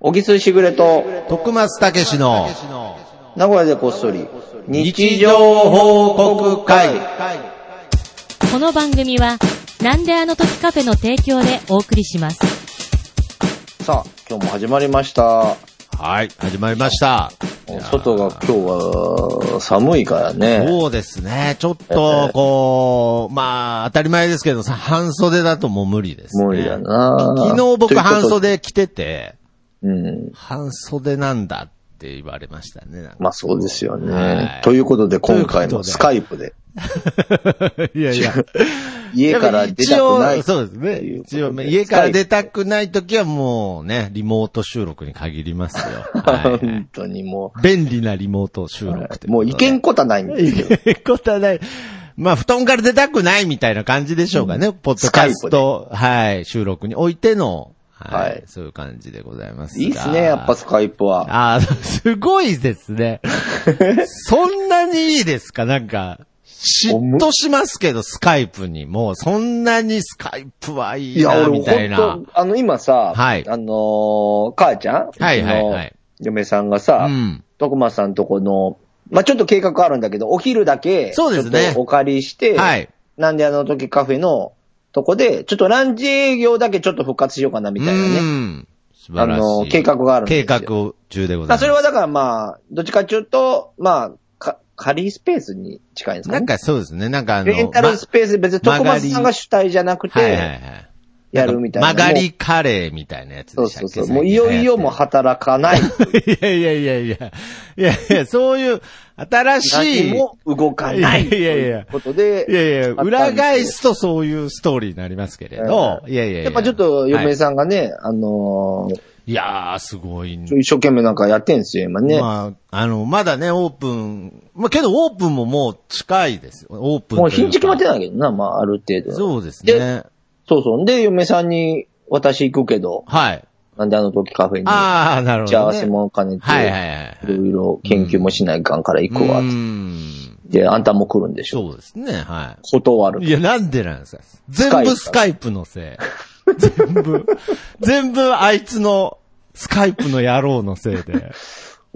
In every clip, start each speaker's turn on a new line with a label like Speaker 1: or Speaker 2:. Speaker 1: 小木須しぐれと、
Speaker 2: 徳松たけしの
Speaker 1: 名古屋でこっそり、
Speaker 2: 日常報告会。
Speaker 3: この番組は、なんであの時カフェの提供でお送りします。
Speaker 1: さあ、今日も始まりました。
Speaker 2: はい、始まりました。
Speaker 1: 外が今日は寒いからね。
Speaker 2: そうですね。ちょっと、こう、まあ、当たり前ですけどさ、半袖だともう無理です、ね。
Speaker 1: 無理だな
Speaker 2: 昨日僕半。
Speaker 1: ということで
Speaker 2: 袖着てて、
Speaker 1: うん。
Speaker 2: 半袖なんだって言われましたね。なんか
Speaker 1: まあそうですよ
Speaker 2: は
Speaker 1: ね
Speaker 2: い。
Speaker 1: ということで今回
Speaker 2: とい
Speaker 1: も
Speaker 2: うことで
Speaker 1: スカイプで。
Speaker 2: いやいや。
Speaker 1: 家から出たくない。
Speaker 2: 一応そうです
Speaker 1: とい
Speaker 2: ね。
Speaker 1: うこと
Speaker 2: 一
Speaker 1: で
Speaker 2: 応、家から出た
Speaker 1: ス
Speaker 2: くないときはもうね、リモート収録に限りますよ。
Speaker 1: カイプ
Speaker 2: はい
Speaker 1: 本当にも
Speaker 2: 便利なリモート収録ってこと
Speaker 1: う、
Speaker 2: で
Speaker 1: もういけんことはないんですけ ど。
Speaker 2: ってことはない。まあ、布団から出たくないみたいな感じでしょうかね。ポッドキャスト、はい、収録においての、は
Speaker 1: は
Speaker 2: い、
Speaker 1: い
Speaker 2: そういう感じでございますが。
Speaker 1: いいっすね、やっぱスカイプは。
Speaker 2: ああ、すごいです ね。そんなにいいですかなんか、嫉妬しますけど、スカイプに。もう、そんなにスカイプはい
Speaker 1: い
Speaker 2: い
Speaker 1: や、
Speaker 2: な、
Speaker 1: 俺
Speaker 2: みたいな
Speaker 1: 本。当あの、今さ、
Speaker 2: はい
Speaker 1: あのー母ちゃん
Speaker 2: はいはいはいう
Speaker 1: ちの嫁さんがさ、
Speaker 2: うん。
Speaker 1: 徳間さんとこの、まあ、ちょっと計画あるんだけど、お昼だけ、
Speaker 2: そうですね
Speaker 1: ちょっとお借りして、
Speaker 2: はい。
Speaker 1: なんであの時カフェのとこで、ちょっとランチ営業だけちょっと復活しようかな、みたいな
Speaker 2: う
Speaker 1: ね。
Speaker 2: ん。素
Speaker 1: あ
Speaker 2: 晴らしい。
Speaker 1: の、計画があるんです
Speaker 2: 計
Speaker 1: よ。
Speaker 2: 画中でござ
Speaker 1: ま
Speaker 2: いま
Speaker 1: あ、
Speaker 2: す。
Speaker 1: それはだからまあ、どっちかっていうと、まあ、か、仮スペースに近いんですか
Speaker 2: な
Speaker 1: ね。
Speaker 2: んかそうですね。なんかあの、
Speaker 1: レンタルスペースで別に
Speaker 2: ま
Speaker 1: 徳松さんが主体じゃなく
Speaker 2: はいはいは
Speaker 1: て、
Speaker 2: い。
Speaker 1: やるみたいな。
Speaker 2: 曲がりカレーみたいなやつ
Speaker 1: そ
Speaker 2: で
Speaker 1: う
Speaker 2: したっ
Speaker 1: そ
Speaker 2: け
Speaker 1: うそう。もういよいよもう働かない。
Speaker 2: いやいやいやいや。いやいや、そういう、新しい。
Speaker 1: 何も動かない。
Speaker 2: いやいやいや
Speaker 1: ということで。
Speaker 2: いやいや、
Speaker 1: あったんです
Speaker 2: 裏返すとそういうストーリーになりますけれど、いやいやいや。
Speaker 1: やっぱちょっと嫁
Speaker 2: はい
Speaker 1: さんがね、あのー
Speaker 2: いやー、すごいね
Speaker 1: ちょ一生懸命なんかやってんすよ、今ね。
Speaker 2: まあ、あの、まだね、オープン、まあけどオープンももう近いですよ。オープン
Speaker 1: もう日にち決まって
Speaker 2: い
Speaker 1: ないけどな、まあある程度。
Speaker 2: う
Speaker 1: そ
Speaker 2: か。
Speaker 1: う
Speaker 2: そうですね。
Speaker 1: そう。で、嫁さんに、私行くけど、
Speaker 2: はい。
Speaker 1: なんであの時カフェに、打
Speaker 2: ああ、なるほ
Speaker 1: ち合
Speaker 2: ど、
Speaker 1: わ
Speaker 2: ね。
Speaker 1: せも兼ねて、
Speaker 2: はいはいはい。
Speaker 1: いろいろ研究もしないかんから行くわ
Speaker 2: う
Speaker 1: っ
Speaker 2: ー
Speaker 1: て。
Speaker 2: ん。
Speaker 1: で、あんたも来るんでしょ。
Speaker 2: そうですね、はい。
Speaker 1: 断る。
Speaker 2: いや、なんでなんですか全
Speaker 1: カイプ
Speaker 2: 部スカイプのせい。全部、全部あいつのスカイプの野郎のせいで。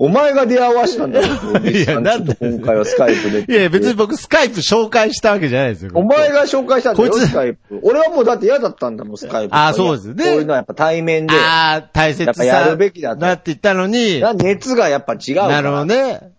Speaker 1: お前が出会わしたんだよ。嫁さんちょっと今回はスカイプで。
Speaker 2: いや、別に僕スカイプ紹介したわけじゃないですよ。
Speaker 1: お前が紹介したんだよ、
Speaker 2: こいつ
Speaker 1: スカイプ。俺はもうだって嫌だったんだもん、スカイプ。
Speaker 2: あーそうですね
Speaker 1: こういうのはやっぱ対面で。
Speaker 2: ああ、大切さ。
Speaker 1: やっぱやるべきだと
Speaker 2: なって言ったのに、
Speaker 1: な熱がやっぱ違うから。
Speaker 2: なるほどね。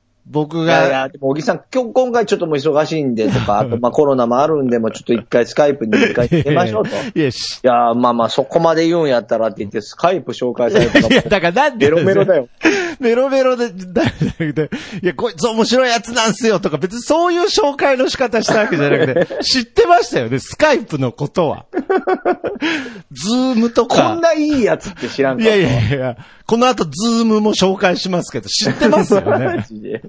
Speaker 1: い
Speaker 2: 僕
Speaker 1: やい
Speaker 2: が、
Speaker 1: や、でも、小木さん、今日、今回ちょっともう忙しいんでとか、あと、まあコロナもあるんで、もうちょっと一回スカイプに一回行きましょう と。い
Speaker 2: いや、し
Speaker 1: やー、まあまあ、そこまで言うんやったらって言って、スカイプ紹介された
Speaker 2: いや、
Speaker 1: ら、
Speaker 2: だからなんで
Speaker 1: メロメロだよ。
Speaker 2: メロメロで、だじゃなくて、いや、こいつ面白いやつなんすよとか、別にそういう紹介の仕方したわけじゃな くて、知ってましたよね、スカイプのことは。ズームとか。
Speaker 1: こんないいやつって知らんか
Speaker 2: い
Speaker 1: った。
Speaker 2: や いやいや、この後ズームも紹介しますけど、知ってますよ
Speaker 1: マ
Speaker 2: ね。
Speaker 1: ジで。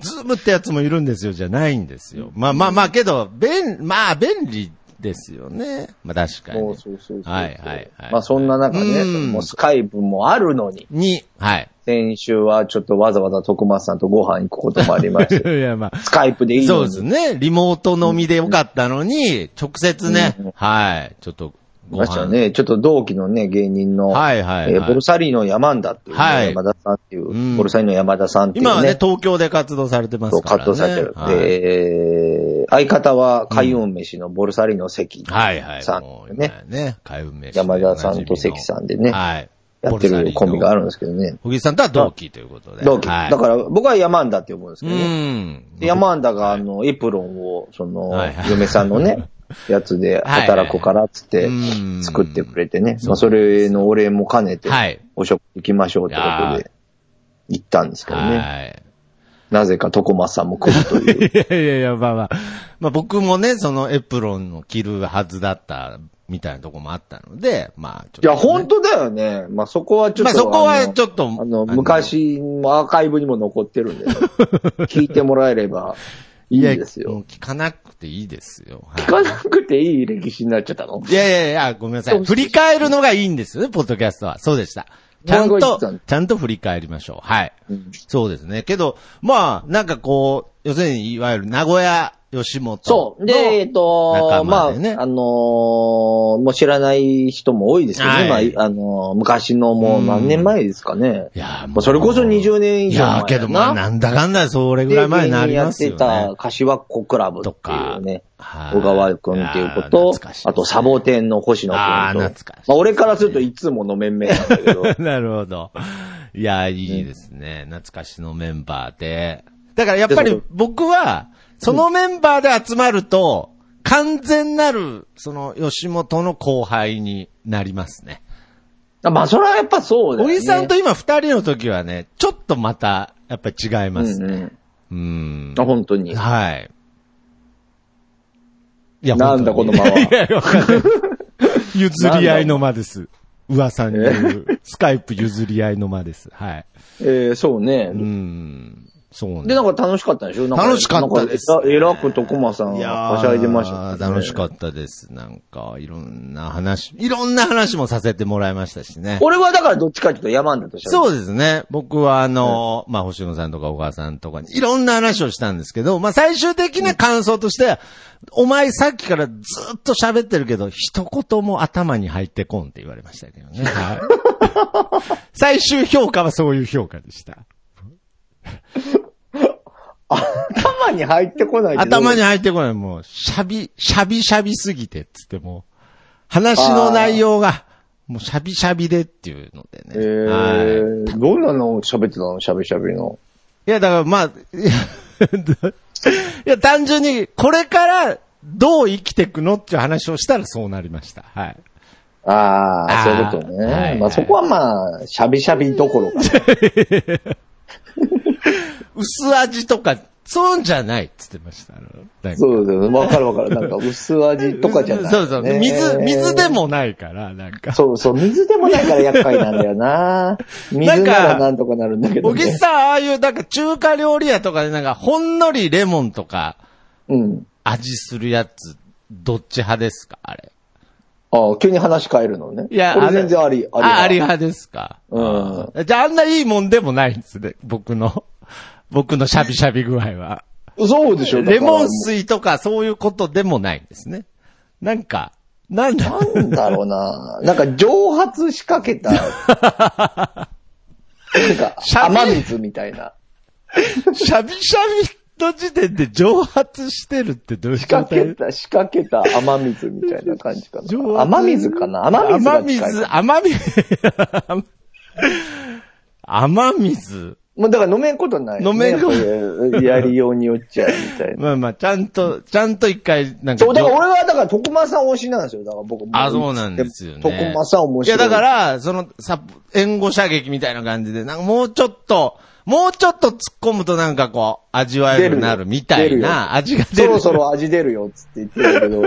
Speaker 2: ズームってやつもいるんですよ、じゃないんですよ。まあまあまあ、けど、便、まあ便利ですよね。まあ確か
Speaker 1: も
Speaker 2: に
Speaker 1: う、。そうそうそうそう。
Speaker 2: はいはいはい
Speaker 1: まあ、そんな中ね、
Speaker 2: うん
Speaker 1: もうスカイプもあるのに、
Speaker 2: に、はい。
Speaker 1: 先週はちょっとわざわざ徳松さんとご飯行くこともありま し
Speaker 2: い
Speaker 1: て、
Speaker 2: やまあ、
Speaker 1: スカイプでいい
Speaker 2: そう
Speaker 1: の
Speaker 2: で
Speaker 1: に
Speaker 2: すね。リモート飲みでよかったのに、直接ね、はい、ちょっとご
Speaker 1: ました
Speaker 2: 飯。
Speaker 1: よね。ちょっと同期のね、芸人の、
Speaker 2: はいはいはい
Speaker 1: えーボルサリーノ山田っていうね、
Speaker 2: はい
Speaker 1: 山田さんっていう、
Speaker 2: うん
Speaker 1: ボルサリーノ山田さんっていうね、
Speaker 2: 今はね、東京で活動されてます
Speaker 1: カ
Speaker 2: から
Speaker 1: ッ
Speaker 2: ね。
Speaker 1: トされてる。
Speaker 2: はい
Speaker 1: で、えー相方は海運飯のボルサリーノ関、
Speaker 2: はいはい。
Speaker 1: さん
Speaker 2: もう
Speaker 1: ね
Speaker 2: 今ね、海運名
Speaker 1: 山田さんと関さんでね
Speaker 2: はい。
Speaker 1: やってるコンビがあ
Speaker 2: る。
Speaker 1: るんですけどね。
Speaker 2: 小木さんとは同期ということで。
Speaker 1: 同期。
Speaker 2: はい
Speaker 1: だから僕は山田って呼ぶんです
Speaker 2: う
Speaker 1: けどね。
Speaker 2: ん。
Speaker 1: で、山田が、あの、エプロンを、その
Speaker 2: はい、
Speaker 1: 嫁さんの ね、やつで
Speaker 2: はい
Speaker 1: 働くからっつって
Speaker 2: うん
Speaker 1: 作ってくれてね。
Speaker 2: そう
Speaker 1: まあ、それのお礼も兼ねて
Speaker 2: はい、
Speaker 1: お食行きましょうって
Speaker 2: い
Speaker 1: こと
Speaker 2: や
Speaker 1: で、行ったんですけどね。
Speaker 2: はい。
Speaker 1: なぜか床松さんも来 るという。
Speaker 2: いやいやいや、まあまあ。まあ僕もね、そのエプロンを着るはずだったみたいなとこもあったので、まあちょっ
Speaker 1: い
Speaker 2: とね、
Speaker 1: や、本当だよね。まあ、そこはちょっと。
Speaker 2: まあそこは
Speaker 1: あの
Speaker 2: ちょっと
Speaker 1: あの、昔もアーカイブにも残ってるん でね、聞いてもらえればいいです
Speaker 2: いやも
Speaker 1: よ
Speaker 2: う。聞かなくていいですよ。はい
Speaker 1: 聞かなくていい歴史になっちゃったの
Speaker 2: いやいやいや、ごめんなさ
Speaker 1: そ
Speaker 2: い。
Speaker 1: う
Speaker 2: 振り返るのがいいんですよね、ポッドキャストは。そうでした。ちゃん
Speaker 1: 僕が言ってた
Speaker 2: と
Speaker 1: の、
Speaker 2: ちゃんと振り返りましょう。はい。
Speaker 1: うん
Speaker 2: そうですね。けど、まあ、なんかこう、要するに、いわゆる名古屋吉本の。
Speaker 1: そう。で、えっ、と、
Speaker 2: 仲
Speaker 1: まあ、あ
Speaker 2: 間
Speaker 1: の
Speaker 2: でね
Speaker 1: ーもう知らない人も多いですけどね。
Speaker 2: はい
Speaker 1: まあ、あのー昔のもう何年前ですかね。
Speaker 2: いや、
Speaker 1: まあそれこそ20年以上前
Speaker 2: いや、けどまあ、
Speaker 1: な
Speaker 2: なんだかんだ、それぐらい前になりますよね。
Speaker 1: で芸人やってた、柏っ子クラブって
Speaker 2: と
Speaker 1: いう
Speaker 2: か
Speaker 1: ね。、
Speaker 2: はい
Speaker 1: 小川くんっていう子と、あとサボ。テンの星野くんと。
Speaker 2: あー懐かしいですね
Speaker 1: まあ俺からするといつもの面々なんだけど。
Speaker 2: いやー懐かしいなるほど。いや、いいですね。懐かしのメンバーで。だからやっぱ
Speaker 1: で
Speaker 2: り
Speaker 1: も
Speaker 2: 僕は、そのメンバーで集まると、完全なる、その、吉本の後輩になりますね。
Speaker 1: あまあそれはやっぱそうだ
Speaker 2: お
Speaker 1: よね。
Speaker 2: じさんと今二人の時はね、ちょっとまた、やっぱり違います
Speaker 1: うんう
Speaker 2: ね。
Speaker 1: ん
Speaker 2: うん。
Speaker 1: あ本当に。
Speaker 2: はい。いや
Speaker 1: なんだこ
Speaker 2: 本当
Speaker 1: の
Speaker 2: に
Speaker 1: 間は。
Speaker 2: 譲り合いの間です。噂による、スカイプ譲り合いの間です。はい。
Speaker 1: えー、そうね。
Speaker 2: うん。そう
Speaker 1: で、なんか楽しかったでしょなん
Speaker 2: 楽しかったです
Speaker 1: なんかえらえらくとこまさん、
Speaker 2: いやー
Speaker 1: はしゃいでました、
Speaker 2: 楽しか
Speaker 1: った。
Speaker 2: ったです。なんか、いろんな話、いろんな話もさせてもらいましたしね。
Speaker 1: 俺はだからどっちかっていうと山んだとしたう。
Speaker 2: そうですね。僕はあの、まあ、星野さんとか小川さんとかにいろんな話をしたんですけど、まあ、最終的な感想としては、お前さっきからずっと喋ってるけど、一言も頭に入ってこんって言われましたけ どね。はい最終評価はそういう評価でした。
Speaker 1: 頭に入ってこないけど
Speaker 2: 頭に入ってこない。もう、しゃび、しゃびしゃびすぎてっつってもう、話の内容が、もうしゃびしゃびでっていうのでね。
Speaker 1: えー
Speaker 2: はい
Speaker 1: どんなの喋ってたの喋り喋りの。
Speaker 2: いや、だからまあ、 いやいや、単純に、これから、どう生きていくのっていう話をしたらそうなりました。はい。
Speaker 1: ああ、
Speaker 2: あー
Speaker 1: そういうことね。
Speaker 2: はいはい
Speaker 1: まあそこはまあ、しゃびしゃびどころか。
Speaker 2: 薄味とか、そうじゃないっつってました。あのなんか
Speaker 1: そうですよね。わかるわかる。なんか薄味とかじゃない、
Speaker 2: そうそう。
Speaker 1: ね
Speaker 2: 水、水で。もないから、なんか。
Speaker 1: そうそう、水でもないから厄介なんだ よな。水ならなんとかなるんだけど、
Speaker 2: 小
Speaker 1: ね。
Speaker 2: 木さん、ああいう、なんか中華料理屋とかで、なんか、ほんのりレモンとか、
Speaker 1: うん。
Speaker 2: 味するやつ、どっち派ですかあれ。
Speaker 1: ああ、急に話変えるのね。
Speaker 2: いや、
Speaker 1: これ
Speaker 2: れ
Speaker 1: 全然あり、あり。
Speaker 2: あ、あり派ですか。
Speaker 1: うん
Speaker 2: あ。じゃあ、あんないいもんでもないんですね。僕の、 僕のシャビシャビ具合は。
Speaker 1: そうでしょ、だから
Speaker 2: レモン水とかそういうことでもないんですね。なんか、なんだ、
Speaker 1: なんだろうな。なんか蒸発しかけた。なんか
Speaker 2: し、ゃべ
Speaker 1: 雨水みたいな。
Speaker 2: シャビシャビの時点で蒸発してるってどういう
Speaker 1: 仕掛け
Speaker 2: 状態
Speaker 1: た、仕掛けた雨水みたいな感じか
Speaker 2: 蒸
Speaker 1: な。
Speaker 2: 発
Speaker 1: 雨水かな雨水が
Speaker 2: 雨
Speaker 1: 近い
Speaker 2: 水、。雨水、雨水。
Speaker 1: もうだから飲めんことない、ね。
Speaker 2: 飲めんこと
Speaker 1: やりようによっちゃうみた いな。
Speaker 2: まあまあ、ちゃんと、ちゃんと一回、なんか。
Speaker 1: そう、だから俺はだから徳間さん推しなんですよ。だから僕も
Speaker 2: あ、そうなんですよね。
Speaker 1: 徳間さん面
Speaker 2: い
Speaker 1: 白
Speaker 2: や、
Speaker 1: い。
Speaker 2: だか、ら、その、さ、援護射撃みたいな感じで、なんかもうちょっと、もうちょっと突っ込むとなんかこう、味わえるようになるみた
Speaker 1: 出
Speaker 2: い
Speaker 1: るよ
Speaker 2: な、味が出
Speaker 1: そ
Speaker 2: る。
Speaker 1: ろそろ味出るよっつって言ってた けど、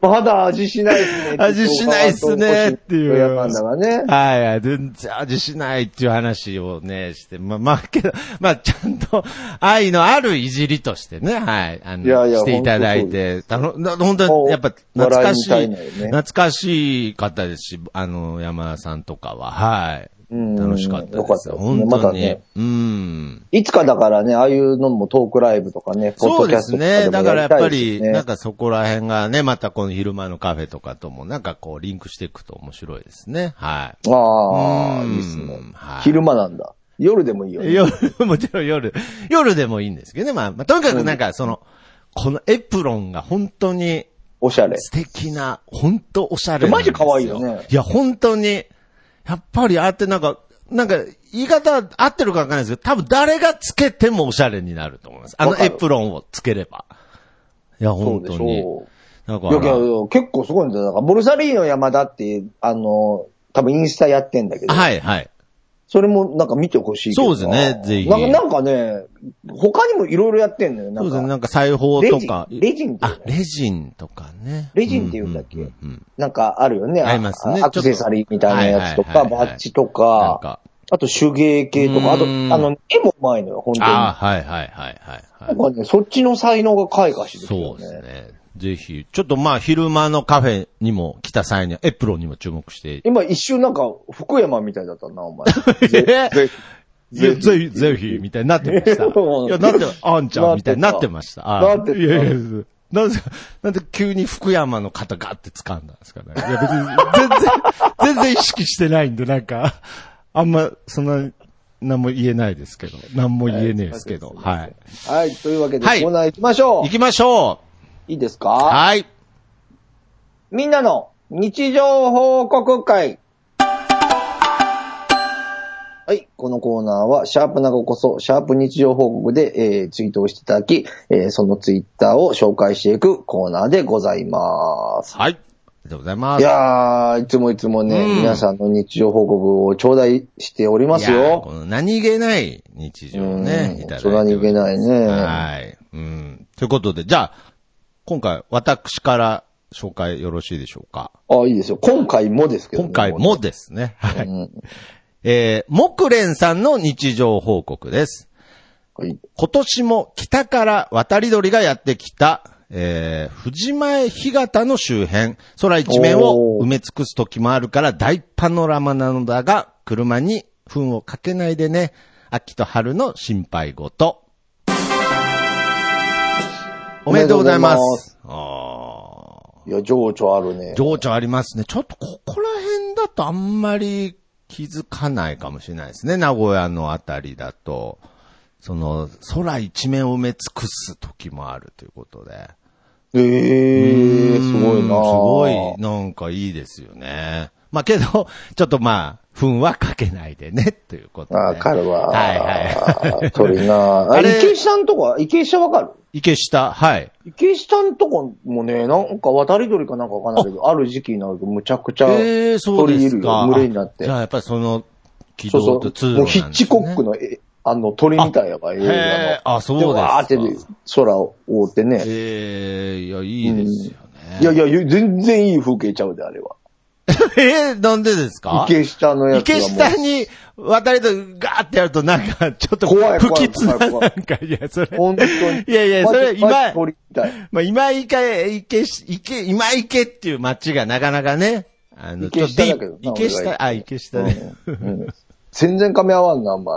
Speaker 1: まだ味しないっすね。
Speaker 2: 味しないっすねっていう
Speaker 1: 山田がね。
Speaker 2: はいはい、全然味しないっていう話をね、して、まあ まあけど、まあちゃんと愛のあるいじりとしてね、はい、あの、
Speaker 1: いやいや
Speaker 2: していただいて、たの、な本当にやっぱ懐かしい、
Speaker 1: 笑いみたいなよね
Speaker 2: 懐かしい方ですし、あの、山田さんとかは、はい。
Speaker 1: うん
Speaker 2: 楽しかった
Speaker 1: よ
Speaker 2: で
Speaker 1: かっ
Speaker 2: す。
Speaker 1: たですね
Speaker 2: 本
Speaker 1: また
Speaker 2: 当に。
Speaker 1: ね
Speaker 2: うん。
Speaker 1: いつかだからね、ああいうのもトークライブとかね、ポッ
Speaker 2: そ
Speaker 1: ド
Speaker 2: う
Speaker 1: キ
Speaker 2: で
Speaker 1: ャス
Speaker 2: す
Speaker 1: トとか
Speaker 2: ね。
Speaker 1: でも
Speaker 2: だから
Speaker 1: や
Speaker 2: やっ
Speaker 1: りた
Speaker 2: ぱ
Speaker 1: いです
Speaker 2: り、
Speaker 1: ね
Speaker 2: なんかそこら辺がね、またこの昼間のカフェとかとも、なんかこう、リンクしていくと面白いですね。は
Speaker 1: ああ、
Speaker 2: うん
Speaker 1: いいですね
Speaker 2: はい。
Speaker 1: 昼間なんだ。夜でもいいよ
Speaker 2: い。
Speaker 1: ね。
Speaker 2: 夜、もちろん夜、夜でもいいんですけどね。まあ、まあ、とにかくなんかその、このエプロンが本当に
Speaker 1: おしゃれ。
Speaker 2: 素敵な、本当おしゃれなんですよ。
Speaker 1: マジ可愛いよね
Speaker 2: いや、本当に、やっぱりああやってなんか、なんか、言い方合ってるかわかんないですけど、多分誰がつけてもおしゃれになると思います。あ
Speaker 1: わ
Speaker 2: の
Speaker 1: かる
Speaker 2: エプロンをつければ。いや、
Speaker 1: そ
Speaker 2: 本
Speaker 1: うで
Speaker 2: 当
Speaker 1: し
Speaker 2: に。
Speaker 1: ょう。
Speaker 2: なんか
Speaker 1: いやいやいや結構すごいんだよ。だから、ボルサリーノ山田って、あの、多分インスタやってんだけど、
Speaker 2: はい、はい。
Speaker 1: それもなんか見てほしいけどな
Speaker 2: そうですねぜひ
Speaker 1: なんかなんかね、他にもいろいろやってんのよ。な
Speaker 2: そうんです
Speaker 1: か、
Speaker 2: ね。なんか裁縫
Speaker 1: レ
Speaker 2: と
Speaker 1: ジ
Speaker 2: か。
Speaker 1: ン、レジンっていう
Speaker 2: あ
Speaker 1: の、
Speaker 2: レジンとかね。
Speaker 1: レジンって言うんだっけ
Speaker 2: ううんうん
Speaker 1: なんかあるよね。
Speaker 2: ありますね
Speaker 1: あアクセサリーみたいなやつと
Speaker 2: ち
Speaker 1: か、
Speaker 2: ょっとはいはいはいはい
Speaker 1: バッジと
Speaker 2: なん
Speaker 1: か、
Speaker 2: か。
Speaker 1: あと手芸系とか、あと、あ
Speaker 2: うん
Speaker 1: の、絵もうまいのよ、本当に。
Speaker 2: ああ、はいはいはいはい、
Speaker 1: な
Speaker 2: は
Speaker 1: んかね、そっちの才能が開花
Speaker 2: い。
Speaker 1: してる
Speaker 2: そ
Speaker 1: よ
Speaker 2: う
Speaker 1: ね。
Speaker 2: ですね。ぜひ、ちょっとまあ、昼間のカフェにも来た際には、エプロンにも注目して。
Speaker 1: 今一瞬なんか、福山みたいだったな、お前。
Speaker 2: え
Speaker 1: ぜぜ
Speaker 2: いやぜひ、ぜひ、みたいになってました。
Speaker 1: うん
Speaker 2: いや、なって、あんちゃんみたいにな
Speaker 1: な
Speaker 2: っ
Speaker 1: っててた
Speaker 2: ました。あ
Speaker 1: なってた
Speaker 2: いやいやなんで、なんで急に福山の方ガって掴んだんですかね。いや、別に、全然、全然意識してないんで、なんか、あんま、そんな、何も言えないですけど、何も言えねえですけど、はい。
Speaker 1: はい、というわけで、コ
Speaker 2: はい
Speaker 1: ーナー行きましょう。
Speaker 2: 行きましょ
Speaker 1: いいです
Speaker 2: う
Speaker 1: か
Speaker 2: はい。
Speaker 1: みんなの日常報告会。はい。このコーナーは、シャープなごこそ、シャープ日常報告で、えーツイートをしていただき、えーそのツイッターを紹介していくコーナーでございます。
Speaker 2: はい。ありがとうございます。
Speaker 1: いやー、いつもいつもね、
Speaker 2: うん
Speaker 1: 皆さんの日常報告を頂戴しております
Speaker 2: いやー
Speaker 1: よ
Speaker 2: こ。の何気ない日常をね、
Speaker 1: うん
Speaker 2: いただいて
Speaker 1: それは逃げないね
Speaker 2: はい。うん。ということで、じゃあ、今回私から紹介よろしいでしょうか。
Speaker 1: あ、いいですよ。今回もですけど、ね、
Speaker 2: 今回もですね。は
Speaker 1: う
Speaker 2: い。
Speaker 1: ん。
Speaker 2: えー、木蓮さんの日常報告です。
Speaker 1: はい。
Speaker 2: 今年も北から渡り鳥がやってきた、えー、藤前干潟の周辺、空一面を埋め尽くす時もあるから大パノラマなのだが、車に糞をかけないでね、秋と春の心配事。おめでとうございます。あー
Speaker 1: いや、情緒あるね。
Speaker 2: 情緒ありますね。ちょっとここら辺だとあんまり気づかないかもしれないですね。名古屋のあたりだと、その空一面を埋め尽くす時もあるということで。
Speaker 1: えー、すごいな
Speaker 2: うん
Speaker 1: ー
Speaker 2: すごい、なんかいいですよね。まあけど、ちょっとまあ、糞はかけないでね、ということで。
Speaker 1: あ、彼は、
Speaker 2: はいはい。
Speaker 1: 鳥な。
Speaker 2: あ
Speaker 1: あ
Speaker 2: れ
Speaker 1: れ、池下んとこは、池下わかる
Speaker 2: 池下、はい。
Speaker 1: 池下んとこもね、なんか渡り鳥かなんかわかんないけど、ある時期になるとむちゃくちゃ
Speaker 2: ええそう
Speaker 1: 鳥
Speaker 2: で
Speaker 1: い
Speaker 2: す
Speaker 1: る
Speaker 2: か。
Speaker 1: よ、群れになって
Speaker 2: じゃ。あやっぱりその、軌
Speaker 1: そうそ
Speaker 2: 道と
Speaker 1: う。
Speaker 2: 通路
Speaker 1: も
Speaker 2: なん
Speaker 1: う
Speaker 2: です、
Speaker 1: ヒ
Speaker 2: ね。
Speaker 1: ッチコックの、えあの、鳥みたいやわ、映画
Speaker 2: へー
Speaker 1: の。
Speaker 2: あそうですか
Speaker 1: でわーって空を覆ってね。
Speaker 2: ええいや、いいですよね。
Speaker 1: いやいや、全然いい風景ちゃうで、あれは。
Speaker 2: えーなんでですか
Speaker 1: 池下のやつは
Speaker 2: 池
Speaker 1: もう。
Speaker 2: 下に渡りとガーってやるとなんか、ちょっと
Speaker 1: 怖い
Speaker 2: 不
Speaker 1: 怖い
Speaker 2: 吉な、
Speaker 1: 怖
Speaker 2: ないん
Speaker 1: 怖い
Speaker 2: か、いや、それ。
Speaker 1: 本当に。
Speaker 2: いやいや、それ、
Speaker 1: マジマ
Speaker 2: 今
Speaker 1: ジ、鳥みたい。
Speaker 2: まあ、今池、池し、池、今池っていう街がなかなかね、あの、
Speaker 1: 池下だけどな
Speaker 2: ちょっとディープ池
Speaker 1: 俺が行っ
Speaker 2: 下、
Speaker 1: た
Speaker 2: あ、池下 ね。
Speaker 1: うんうん全然噛み合わんな、お前。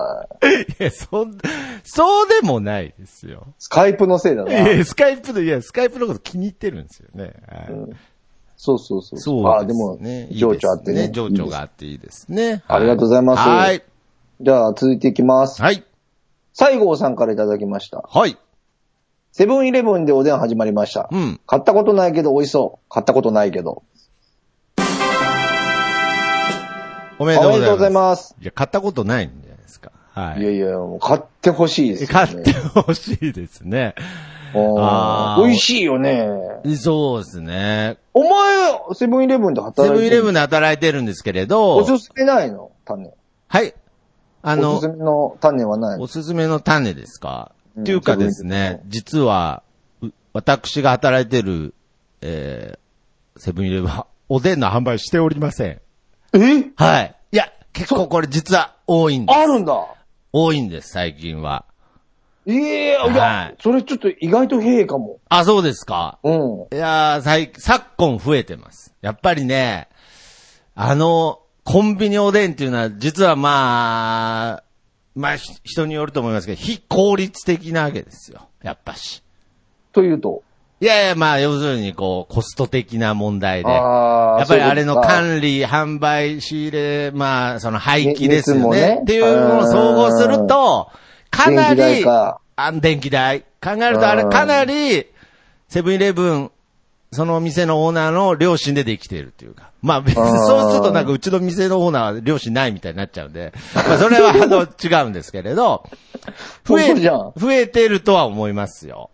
Speaker 2: いや、そん、そうでもないですよ。
Speaker 1: スカイプのせいだ
Speaker 2: い
Speaker 1: な。
Speaker 2: や、スカイプの、いや、スカイプのこと気に入ってるんですよね。はい
Speaker 1: そうそうそう。
Speaker 2: そう
Speaker 1: ああ、で
Speaker 2: です
Speaker 1: も
Speaker 2: ね。、
Speaker 1: 情緒あって
Speaker 2: いい
Speaker 1: ね。
Speaker 2: です情緒が
Speaker 1: いい
Speaker 2: あっていいですね。
Speaker 1: ありがとうございます
Speaker 2: はい。
Speaker 1: ですじゃあ、続いていきます。
Speaker 2: はい。
Speaker 1: 西郷さんからいただきました。
Speaker 2: はい。
Speaker 1: セブンイレブンでおでん始まりました。
Speaker 2: うん
Speaker 1: 買ったことないけど美味しそう。買ったことないけど。
Speaker 2: おめでとう
Speaker 1: お
Speaker 2: ございます。
Speaker 1: めでとうございます、
Speaker 2: いや、買ったことないんじゃないですか。はいい。
Speaker 1: やいや、もう買ってほしいですよ、ね。
Speaker 2: 買ってほしいですね。あ
Speaker 1: あ
Speaker 2: ー
Speaker 1: ー美味しいよね。
Speaker 2: そうですね。
Speaker 1: お前、セブンイレブンで働いてる
Speaker 2: セブンイレブンで働いてるんですけれ
Speaker 1: お
Speaker 2: ど、
Speaker 1: すすめないの種。
Speaker 2: はい。あ
Speaker 1: あの、おす
Speaker 2: の
Speaker 1: す、めの種はないの
Speaker 2: おすすめの種ですか、
Speaker 1: うん
Speaker 2: っていうかですね、実は、う私が働いてる、えー、セブンイレブンは、おでんの販売しておりません。
Speaker 1: え
Speaker 2: はい。いや、結構これ実は多いんです。
Speaker 1: あるんだ
Speaker 2: 多いんです、最近は。
Speaker 1: いや、い
Speaker 2: は
Speaker 1: や
Speaker 2: い、
Speaker 1: それちょっと意外と平かも。
Speaker 2: あ、そうですか。
Speaker 1: うん。
Speaker 2: いやー、最、昨今増えてます。やっぱりね、あの、コンビニおでんっていうのは、実はまあ、まあ、ひ人によると思いますけど、非効率的なわけですよ。やっぱし。
Speaker 1: というと。
Speaker 2: いやいや、まあ、要するに、こう、コスト的な問題で。や
Speaker 1: あー
Speaker 2: っぱりあれ
Speaker 1: そ
Speaker 2: の
Speaker 1: ういうことか
Speaker 2: 管理、販売、仕入れ、まあ、その廃棄で
Speaker 1: ね熱
Speaker 2: すよね
Speaker 1: もね。
Speaker 2: っていうのを総合すると、か
Speaker 1: 電
Speaker 2: な
Speaker 1: 気代
Speaker 2: り、
Speaker 1: か
Speaker 2: あ電気代。考えると、あれ
Speaker 1: うん
Speaker 2: かなり、セブンイレブン、そのお店のオーナーの両親でできているというか。まあ別に
Speaker 1: うん
Speaker 2: そうするとなんかうちの店のオーナーは両親ないみたいになっちゃう んで、まあそれはあの違うんですけれど、増え、
Speaker 1: 本当じゃん
Speaker 2: 増えてるとは思いますよ。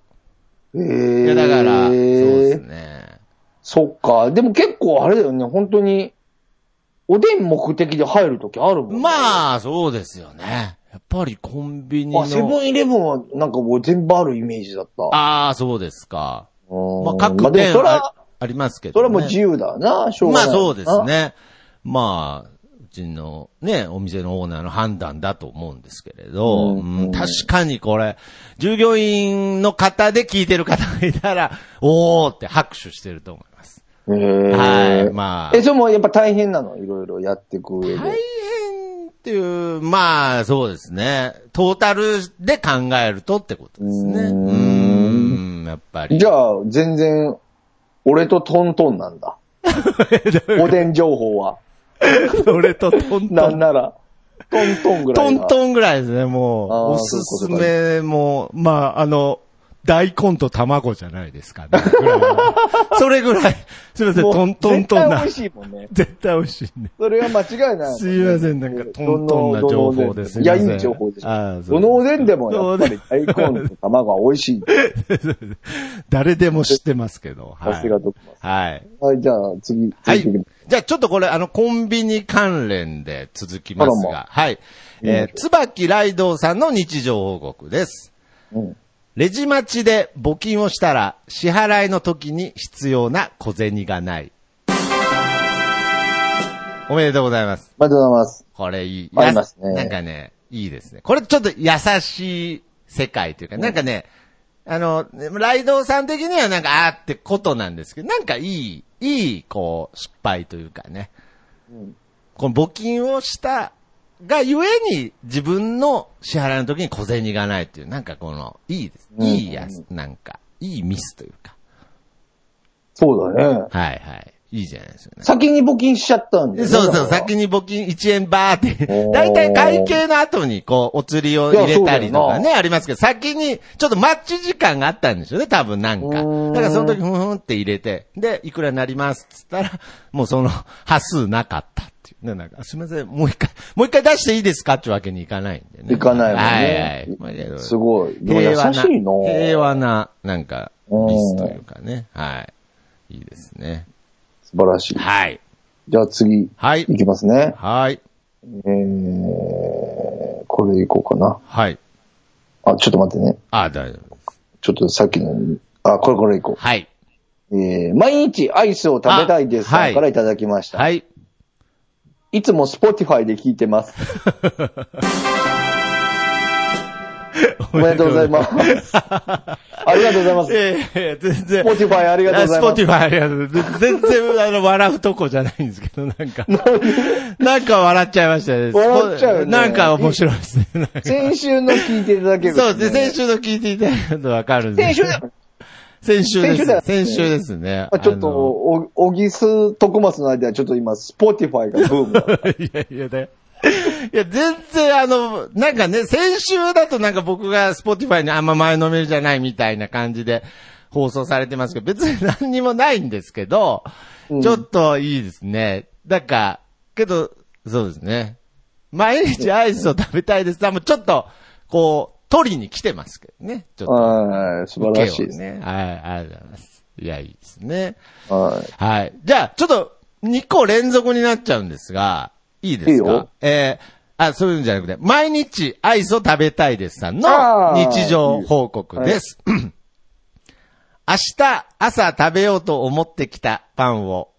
Speaker 1: え
Speaker 2: い
Speaker 1: え
Speaker 2: やだから、そうですね。
Speaker 1: そっか。でも結構あれだよね、本当に、おでん目的で入るときあるもん、あ。
Speaker 2: まあそうですよね。やっぱりコンビニの。
Speaker 1: セブンイレブンはなんかもう全部あるイメージだった。
Speaker 2: ああ、そうですか。
Speaker 1: うん
Speaker 2: まあ
Speaker 1: まあ
Speaker 2: 各
Speaker 1: で
Speaker 2: 店
Speaker 1: もそれ
Speaker 2: あ
Speaker 1: は、
Speaker 2: ありますけど、ね。
Speaker 1: それはもう自由だな、しょう
Speaker 2: ま
Speaker 1: が
Speaker 2: あ
Speaker 1: ない。
Speaker 2: そうです。ね。まあ、うちのね、お店のオーナーの判断だと思うんですけれど、
Speaker 1: うん
Speaker 2: うん確かにこれ、従業員の方で聞いてる方がいたら、おーって拍手してると思います。
Speaker 1: へー
Speaker 2: はい、まあ。
Speaker 1: え、それもやっぱ大変なのいろいろやっていく上で。
Speaker 2: 大変ってっていう、まあ、そうですね。トータルで考えるとってことですね。
Speaker 1: うーん
Speaker 2: うーん、やっぱり。
Speaker 1: じゃあ、全然、俺とトントンなん だ。おでん情報は。
Speaker 2: 俺とトン
Speaker 1: な
Speaker 2: ト
Speaker 1: ん
Speaker 2: ン。
Speaker 1: なら、トントンぐら
Speaker 2: ト
Speaker 1: い
Speaker 2: ン
Speaker 1: が。ン。
Speaker 2: トンぐらいですね、もう。
Speaker 1: あー
Speaker 2: おすすめも、まあ、あの、大根と卵じゃないです かね。ぐらいのそれぐらい。すいません、トントント
Speaker 1: 絶
Speaker 2: ン
Speaker 1: 対
Speaker 2: な
Speaker 1: 美味。しいもんね。
Speaker 2: 絶対美味しいね。
Speaker 1: それは間違いない、
Speaker 2: すいません、なんかトントンな情報です。
Speaker 1: いや、い
Speaker 2: すません
Speaker 1: い情報です。
Speaker 2: あーそう
Speaker 1: どのおでんでも、やっぱり大根と卵は美味しい。
Speaker 2: 誰でも知ってますけど。は
Speaker 1: さすが
Speaker 2: い。
Speaker 1: ドクマ
Speaker 2: はい。
Speaker 1: はい、じゃあ、次、
Speaker 2: はい。
Speaker 1: 次行きま
Speaker 2: じゃあちょっとこれ、あの、コンビニ関連で続きます
Speaker 1: あらま
Speaker 2: が、はい。えー、椿雷道さんの日常報告です。
Speaker 1: すうん。
Speaker 2: レジ待ちで募金をしたら、支払いの時に必要な小銭がない。おめでとうございます。
Speaker 1: ありがとうございます。
Speaker 2: これいい。
Speaker 1: ありますね
Speaker 2: やなんかね、いいですね。これちょっと優しい世界というか、なんかね、あの、ライドウさん的にはなんか、あーってことなんですけど、なんかいい、いい、こう、失敗というかね。この募金をしたがゆえに自分の支払いの時に小銭がないっていう、なんかこの、いいです。
Speaker 1: うん
Speaker 2: いいやつ、なんか、いいミスというか。
Speaker 1: そうだね。
Speaker 2: はいはい。いいじゃないですかね。
Speaker 1: 先に募金しちゃったんで、ね。
Speaker 2: そうそ
Speaker 1: だ
Speaker 2: う、
Speaker 1: から
Speaker 2: 先に募金1円バーって
Speaker 1: おー、
Speaker 2: だいたい会計の後にこう、お釣りを入れたりとか
Speaker 1: いやそうだ
Speaker 2: ね、ありますけど、先に、ちょっと待ち時間があったんでしょうね、多分なんか。だ
Speaker 1: うーん
Speaker 2: からその時、ふんふんって入れて、で、いくらになりますっつったら、 もうその、端数なかったっていう。ね、なんか、すみません、もう一回、もう一回出していいですかってわけにいかないんでね。
Speaker 1: いかないもんね。
Speaker 2: はいはい。
Speaker 1: すごい。でも
Speaker 2: 平
Speaker 1: 優
Speaker 2: 和
Speaker 1: し
Speaker 2: ない
Speaker 1: の。
Speaker 2: 平和な、なんか、ビスというかね。はい。いいですね。
Speaker 1: 素晴らしい。
Speaker 2: はい。
Speaker 1: じゃあ次、
Speaker 2: はい
Speaker 1: い。きますね。
Speaker 2: はい。
Speaker 1: えー、これでいこうかな。
Speaker 2: はい。
Speaker 1: あ、ちょっと待ってね。
Speaker 2: あ、大丈夫です。
Speaker 1: ちょっとさっきの、あ、これこれいこ
Speaker 2: はい。
Speaker 1: う。えー、毎日アイスを食べたいです
Speaker 2: あは
Speaker 1: さ
Speaker 2: い
Speaker 1: んからいただきました。い。
Speaker 2: はい。
Speaker 1: つも Spotify で聞いて ます。おめでとうござい ます。ありがとうございます。
Speaker 2: ええ全然。
Speaker 1: Spotify ありがとうございま
Speaker 2: スポ
Speaker 1: す
Speaker 2: テ。ィファイありがとうございます。全然、あの、笑うとこじゃないんですけど、なんか。なんか笑っちゃいましたね。
Speaker 1: 笑っちゃうね
Speaker 2: なんか面白いですね。なんか
Speaker 1: 先週の聞いていただけると、
Speaker 2: そうですね。先週の聞いていただくとわかるんで
Speaker 1: 先
Speaker 2: す
Speaker 1: 週
Speaker 2: けど。
Speaker 1: だ
Speaker 2: 先週で
Speaker 1: 先週だ
Speaker 2: す。先週ですね。
Speaker 1: まあ、ちょっと、
Speaker 2: あの
Speaker 1: お、おぎす、とくまの間はちょっと今、スポティファイがブームだ。
Speaker 2: いやいやね。いや、全然あの、なんかね、先週だとなんか僕が Spotify にあんま前のめりじゃないみたいな感じで放送されてますけど、別に何にもないんですけど、
Speaker 1: うん
Speaker 2: ちょっといいですね。だから、けど、そうですね。毎日アイスを食べたいです。あもうちょっと、こう、取りに来てますけどね。ちょっと。
Speaker 1: はい、素晴らしいですね。
Speaker 2: ね。はい、ありがとうございます。いや、いいですね。
Speaker 1: はい。
Speaker 2: はい。じゃあ、ちょっと、2個連続になっちゃうんですが、いいですか
Speaker 1: いいよ
Speaker 2: えーあ、そういうんじゃなくて、毎日アイスを食べたいですさんの
Speaker 1: あー
Speaker 2: 日常報告です。 明日、朝食べようと思ってきたパンを、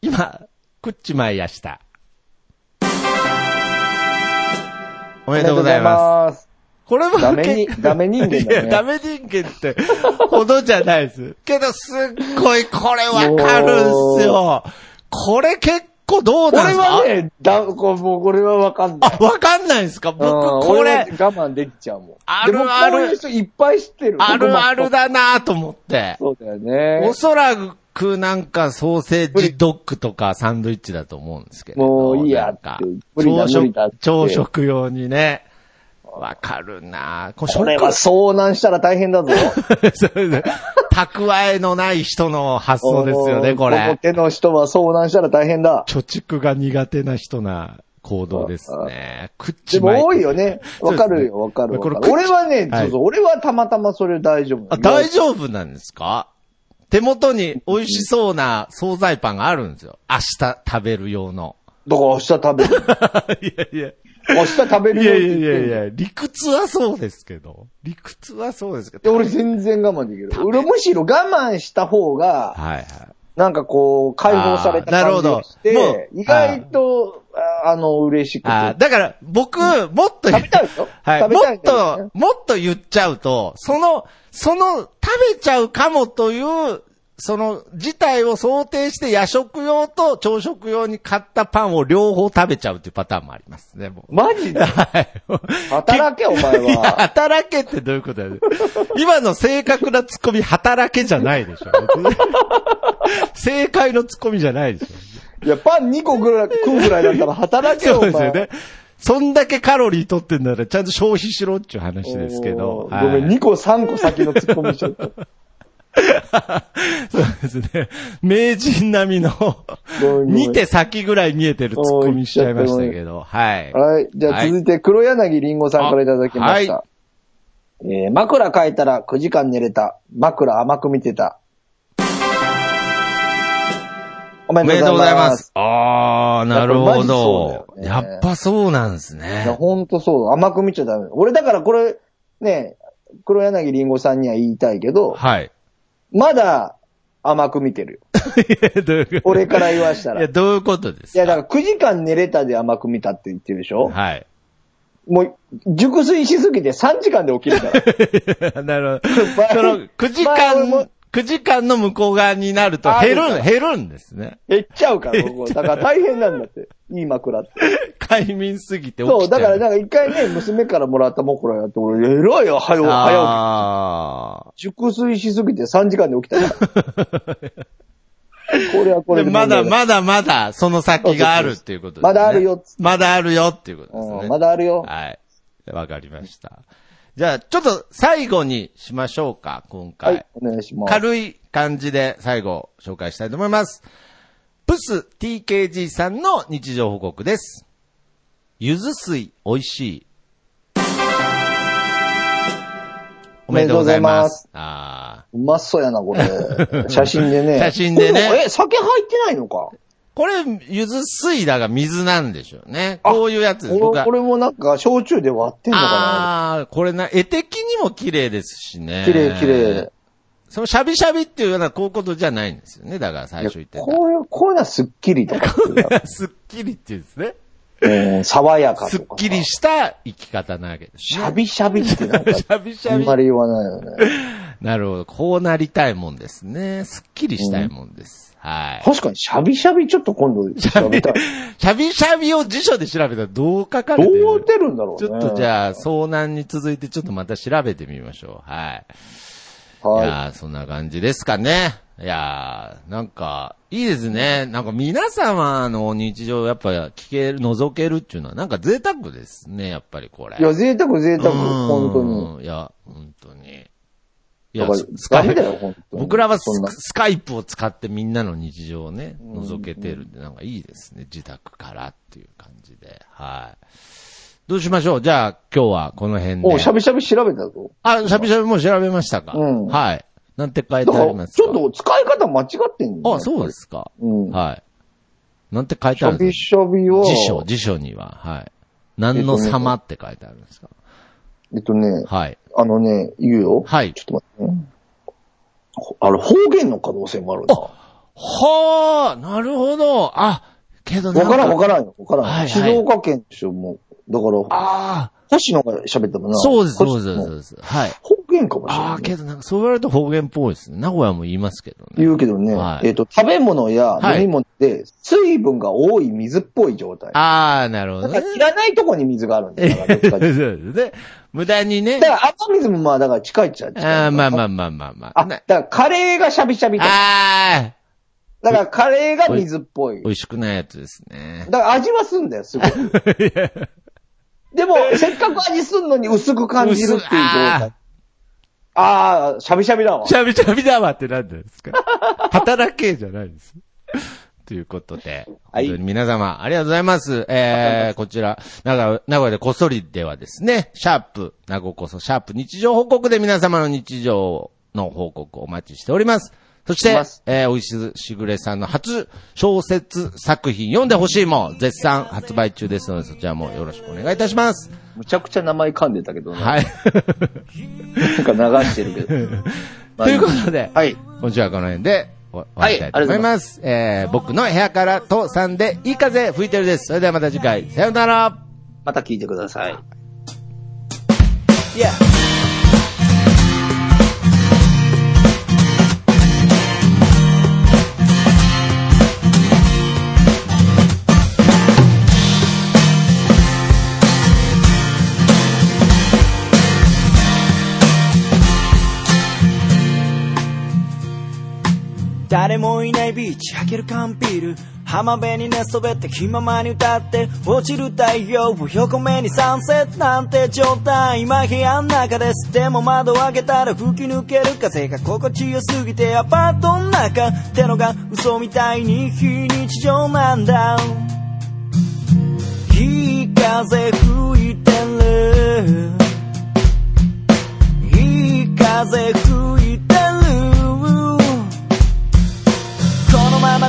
Speaker 2: 今、食っちまいやした。お
Speaker 1: お
Speaker 2: めでとうございます。
Speaker 1: す。
Speaker 2: これも
Speaker 1: ダメに
Speaker 2: 結
Speaker 1: ダメ人間だね
Speaker 2: いや、ダメ人間って、ほどじゃないです。けど、すっごい、これわかるんすよ。これ結構どう
Speaker 1: こ
Speaker 2: なんで
Speaker 1: れ
Speaker 2: すか
Speaker 1: はね、だ、こもうこれはわかんない。
Speaker 2: あ、わかんないんですか
Speaker 1: うん
Speaker 2: 僕、こ
Speaker 1: 俺は
Speaker 2: れ
Speaker 1: 我、慢できちゃうもん。
Speaker 2: ある
Speaker 1: でも
Speaker 2: ある
Speaker 1: こういう人いっぱい知ってる。
Speaker 2: あるある
Speaker 1: だ。
Speaker 2: だなぁと思って。
Speaker 1: そうだよね
Speaker 2: お。そらく、なんか、ソーセージドッグとかサンドイッチだと思うんですけど。
Speaker 1: もういいや
Speaker 2: なんか
Speaker 1: って無理だ
Speaker 2: 朝
Speaker 1: 無理だっ
Speaker 2: 食
Speaker 1: て、
Speaker 2: 朝食用にね。わかるなぁ。こ
Speaker 1: これは遭難したら大変 だぞ。
Speaker 2: そうですね蓄えのない人の発想ですよね、こ
Speaker 1: この
Speaker 2: れ。
Speaker 1: 手の人は遭難したら大変だ。
Speaker 2: 貯蓄が苦手な人な行動ですね。食っ
Speaker 1: で
Speaker 2: ちま
Speaker 1: も多い
Speaker 2: よ。
Speaker 1: よね。わかるよ、わかるわ
Speaker 2: これ
Speaker 1: かる。俺はね、
Speaker 2: はい
Speaker 1: そうそう、俺はたまたまそれ大丈夫。
Speaker 2: あ、大丈夫なんですか手元に美味しそうな惣菜パンがあるんですよ。明日食べる用の。
Speaker 1: だから明日食べる。
Speaker 2: いやいや。
Speaker 1: 明日食べる
Speaker 2: い
Speaker 1: よ
Speaker 2: や
Speaker 1: って
Speaker 2: い
Speaker 1: 言ってん
Speaker 2: やい
Speaker 1: の
Speaker 2: や、理屈はそうですけど。理屈はそうですけ
Speaker 1: で
Speaker 2: ど。
Speaker 1: 俺全然我慢できる。俺むしろ我慢した方が、
Speaker 2: はいはい。
Speaker 1: なんかこう、解放された感じがし
Speaker 2: あーなるほども
Speaker 1: て、
Speaker 2: う
Speaker 1: 意外と、ああの、嬉しくて。
Speaker 2: あーだから、僕、もっと言っ
Speaker 1: 食べたいでしょ
Speaker 2: はい。
Speaker 1: 食べ
Speaker 2: も
Speaker 1: たい
Speaker 2: っ
Speaker 1: んだよね
Speaker 2: と、もっと言っちゃうと、その、その、食べちゃうかもという、その事態を想定して夜食用と朝食用に買ったパンを両方食べちゃうっていうパターンもありますね、もう。
Speaker 1: マジで
Speaker 2: はい。
Speaker 1: 働け、お前
Speaker 2: いや、
Speaker 1: は。
Speaker 2: 働けってどういうことだよ。今の正確なツッコミ、働けじゃないでしょ。 正解のツッコミじゃないでしょ。
Speaker 1: いや、パン2個ぐらい食うぐらいだったら 働けよ、
Speaker 2: そ
Speaker 1: お
Speaker 2: う
Speaker 1: 前。
Speaker 2: ですよね。そんだけカロリー取ってんなら、ちゃんと消費しろっていう話ですけど。
Speaker 1: おーごめん、
Speaker 2: はい
Speaker 1: 2個3個先のツッコミしちゃった。
Speaker 2: そうですね。名人並みの、
Speaker 1: ごめんごめん
Speaker 2: 2手先ぐらい見えてるツッコミしちゃいましたけど。はい。
Speaker 1: はい。じゃあ続いて、黒柳りんごさんからいただきました。
Speaker 2: は
Speaker 1: えー枕変えたら9時間寝れた。枕甘く見てた。おめ
Speaker 2: おめ
Speaker 1: でと
Speaker 2: でと
Speaker 1: う
Speaker 2: う
Speaker 1: ご
Speaker 2: ご
Speaker 1: ざ
Speaker 2: ざ
Speaker 1: い
Speaker 2: い
Speaker 1: ま
Speaker 2: ますす。。あー、なる
Speaker 1: やっぱりマ
Speaker 2: ほど。や
Speaker 1: ジそうだよね
Speaker 2: っぱそうなんです
Speaker 1: いや、
Speaker 2: ね。
Speaker 1: ほんとそう。甘く見ちゃダメ。俺だからこれ、ね、黒柳りんごさんには言いたいけど、
Speaker 2: はい。
Speaker 1: まだ甘く見てるよ。
Speaker 2: いやどういうこと
Speaker 1: 俺から言わしたら。
Speaker 2: いや、
Speaker 1: い
Speaker 2: どういうことです
Speaker 1: や、
Speaker 2: か
Speaker 1: だから9時間寝れたで甘く見たって言ってるでしょ、
Speaker 2: はい。
Speaker 1: もう、熟睡しすぎて3時間で起きる から。
Speaker 2: なるほ
Speaker 1: 前
Speaker 2: ど。その、9時
Speaker 1: 前俺も
Speaker 2: 間、9時間の向こう側になると
Speaker 1: あ
Speaker 2: 減
Speaker 1: そう
Speaker 2: る、
Speaker 1: か
Speaker 2: 減るんですね。
Speaker 1: 減っちゃうから、ここ。だから大変なんだって。いい枕って。
Speaker 2: 快眠すぎて起きちゃう。
Speaker 1: そう、だからなんか一回ね、娘からもらった枕やって、俺、えらいよ、早う、早起
Speaker 2: あ
Speaker 1: き。熟睡しすぎて3時間で起きたから。こ れはこ
Speaker 2: ー
Speaker 1: れで
Speaker 2: でま
Speaker 1: 問
Speaker 2: だ
Speaker 1: 題
Speaker 2: まだまだ、その先があるっていうことですね。
Speaker 1: まだあるよっつ
Speaker 2: まだあるよっていうことです
Speaker 1: う
Speaker 2: ね。
Speaker 1: んまだあるよ。
Speaker 2: はい。わかりました。じゃあ、ちょっと最後にしましょうか、今
Speaker 1: は
Speaker 2: 回。
Speaker 1: い、お願いします。
Speaker 2: 軽い感じで最後紹介したいと思います。プス TKG さんの日常報告です。ゆず水美味しい。おめでとうございます。あ
Speaker 1: うまそうやな、こ れ。写真でね。
Speaker 2: 写真でね
Speaker 1: これもえ、酒入ってないのか
Speaker 2: ーこれ、ゆず水だが水なんでしょうね。
Speaker 1: あ
Speaker 2: こういうやつです。
Speaker 1: こ
Speaker 2: 僕
Speaker 1: れ
Speaker 2: は
Speaker 1: こ。れもなんか、焼酎で割ってんのか
Speaker 2: ああ、これな、絵的にも綺麗ですしね。
Speaker 1: な綺麗綺麗。。
Speaker 2: そのシャビシャビっていうような、こういうことじゃないんですよね。だから最初言ってた。
Speaker 1: こういう、こういうのはスッキリとかっていう の
Speaker 2: すっきりっていうんですね。
Speaker 1: うん爽やかとかさ。
Speaker 2: すっきりした生き方なわけです、
Speaker 1: シ
Speaker 2: ね。
Speaker 1: ャビシャビって なんか、
Speaker 2: しゃびし
Speaker 1: あ
Speaker 2: ゃ
Speaker 1: ん
Speaker 2: び
Speaker 1: ま。り言わないよね。
Speaker 2: なるほど。こうなりたいもんですね。すっきりしたいもんです。はい。
Speaker 1: 確かに、シャビシャビちょっと今度調べたい。
Speaker 2: しゃびしゃびを辞書で調べたらどう書かれてる
Speaker 1: どう出るんだろう
Speaker 2: ち
Speaker 1: ね。
Speaker 2: ょっとじゃあ、遭難に続いてちょっとまた調べてみましょう。はい。
Speaker 1: あ。
Speaker 2: い、
Speaker 1: はい。
Speaker 2: やーそんな感じですかね。いやーなんか、いいですね。なんか皆様の日常やっぱ聞ける、覗けるっていうのはなんか贅沢ですね、やっぱりこれ。
Speaker 1: いや、贅沢贅沢、
Speaker 2: うん
Speaker 1: 本当に。。
Speaker 2: いや、本当に。い
Speaker 1: だ
Speaker 2: や
Speaker 1: か、
Speaker 2: スス
Speaker 1: ら、
Speaker 2: カ
Speaker 1: ダメ
Speaker 2: イ
Speaker 1: だ
Speaker 2: プ。
Speaker 1: よ、本当に。
Speaker 2: 僕らはス
Speaker 1: そんな。
Speaker 2: スカイプを使ってみんなの日常をね、覗けてるってなんかいいですね。自宅からっていう感じで。はい。どうしましょうじゃあ今日はこの辺で。
Speaker 1: お、シャビシャビ調べたぞ。
Speaker 2: あ、しゃびしゃびもう調べましたか、
Speaker 1: うん
Speaker 2: はい。なんて書い
Speaker 1: だ
Speaker 2: て
Speaker 1: か
Speaker 2: ありま
Speaker 1: ら、
Speaker 2: すか
Speaker 1: ちょっと使い方間違ってんの。
Speaker 2: あ、そうですすか。
Speaker 1: うん。
Speaker 2: はい。なんて書い
Speaker 1: シ
Speaker 2: てある
Speaker 1: ャ
Speaker 2: んで
Speaker 1: ビ
Speaker 2: す
Speaker 1: シャビ
Speaker 2: か
Speaker 1: は、
Speaker 2: 辞書、辞書には。はい。何の様って書いてあるんですか
Speaker 1: えっとね、
Speaker 2: はい。
Speaker 1: あのね、言うよ。
Speaker 2: はい
Speaker 1: ちょっと待ってね。ほあれ、方言の可能性もあるな。わ
Speaker 2: はあ、なるほど。あ、けどなん
Speaker 1: からん、わからんよ。わからん、
Speaker 2: はいはい
Speaker 1: 静岡県でしょ、もう。だから、
Speaker 2: ああ、
Speaker 1: 星野が喋ったもんな。
Speaker 2: そうです、そう
Speaker 1: 星
Speaker 2: です、
Speaker 1: 野
Speaker 2: そうです。はい。
Speaker 1: 方言かもしれ
Speaker 2: あ
Speaker 1: な
Speaker 2: あ、
Speaker 1: い、
Speaker 2: けどなんか、そう言われると方言っぽいですね。名古屋も言いますけどね。
Speaker 1: 言うけどね、
Speaker 2: はい
Speaker 1: えっ、と、食べ物や
Speaker 2: は
Speaker 1: 飲
Speaker 2: い
Speaker 1: み物で水分が多い水っぽい状態。
Speaker 2: ああ、なるほ
Speaker 1: な
Speaker 2: ど
Speaker 1: ん
Speaker 2: ね
Speaker 1: か。いらないとこに水があるんだよ。だ
Speaker 2: そう
Speaker 1: からだ
Speaker 2: ですね。無駄にね。
Speaker 1: から雨水もまあ、だから近いっちゃ近い。
Speaker 2: ああ、まあまあまあまあまあ。
Speaker 1: あ、
Speaker 2: な
Speaker 1: だからカレーがシャビシャビとか。
Speaker 2: ああ、
Speaker 1: だからカレーが水っぽい
Speaker 2: 美。味しくないやつですね。
Speaker 1: だから味はすんだよ、すご い。でも、せっかく味すんのに薄く感じるっていう状
Speaker 2: 薄
Speaker 1: 態
Speaker 2: い。
Speaker 1: ああ、シャビシャビだわ
Speaker 2: ち。ゃびちゃびだわってなんです か働けじゃないです。ということで、
Speaker 1: はい
Speaker 2: 本当に皆様、ありがとうございます。えー、こちら、名古屋名古屋でこっそりではですね、シャープ、名古屋こそ、シャープ日常報告で皆様の日常の報告をお待ちしております。そして
Speaker 1: おります、
Speaker 2: えー、おいししぐれさんの初小説作品読んでほしいも絶賛発売中ですので、そちらもよろしくお願いいたします。
Speaker 1: むちゃくちゃ名前噛んでたけどね。
Speaker 2: はい。
Speaker 1: なんか流してるけど。
Speaker 2: ということで、
Speaker 1: はい。
Speaker 2: 今週はこの辺でお終わりたいと思います。えー、僕の部屋からとさんでいい風吹いてるです。それではまた次回、さようなら。
Speaker 1: また聞いてください。
Speaker 4: 誰もいないビーチ開ける缶ビール浜辺に寝そべって気ままに歌って落ちる太陽を横目にサンセットなんて状態今部屋の中ですでも窓を開けたら吹き抜ける風が心地よすぎてアパートの中ってのが嘘みたいに非日常なんだいい風吹いてるいい風吹いてるこのまま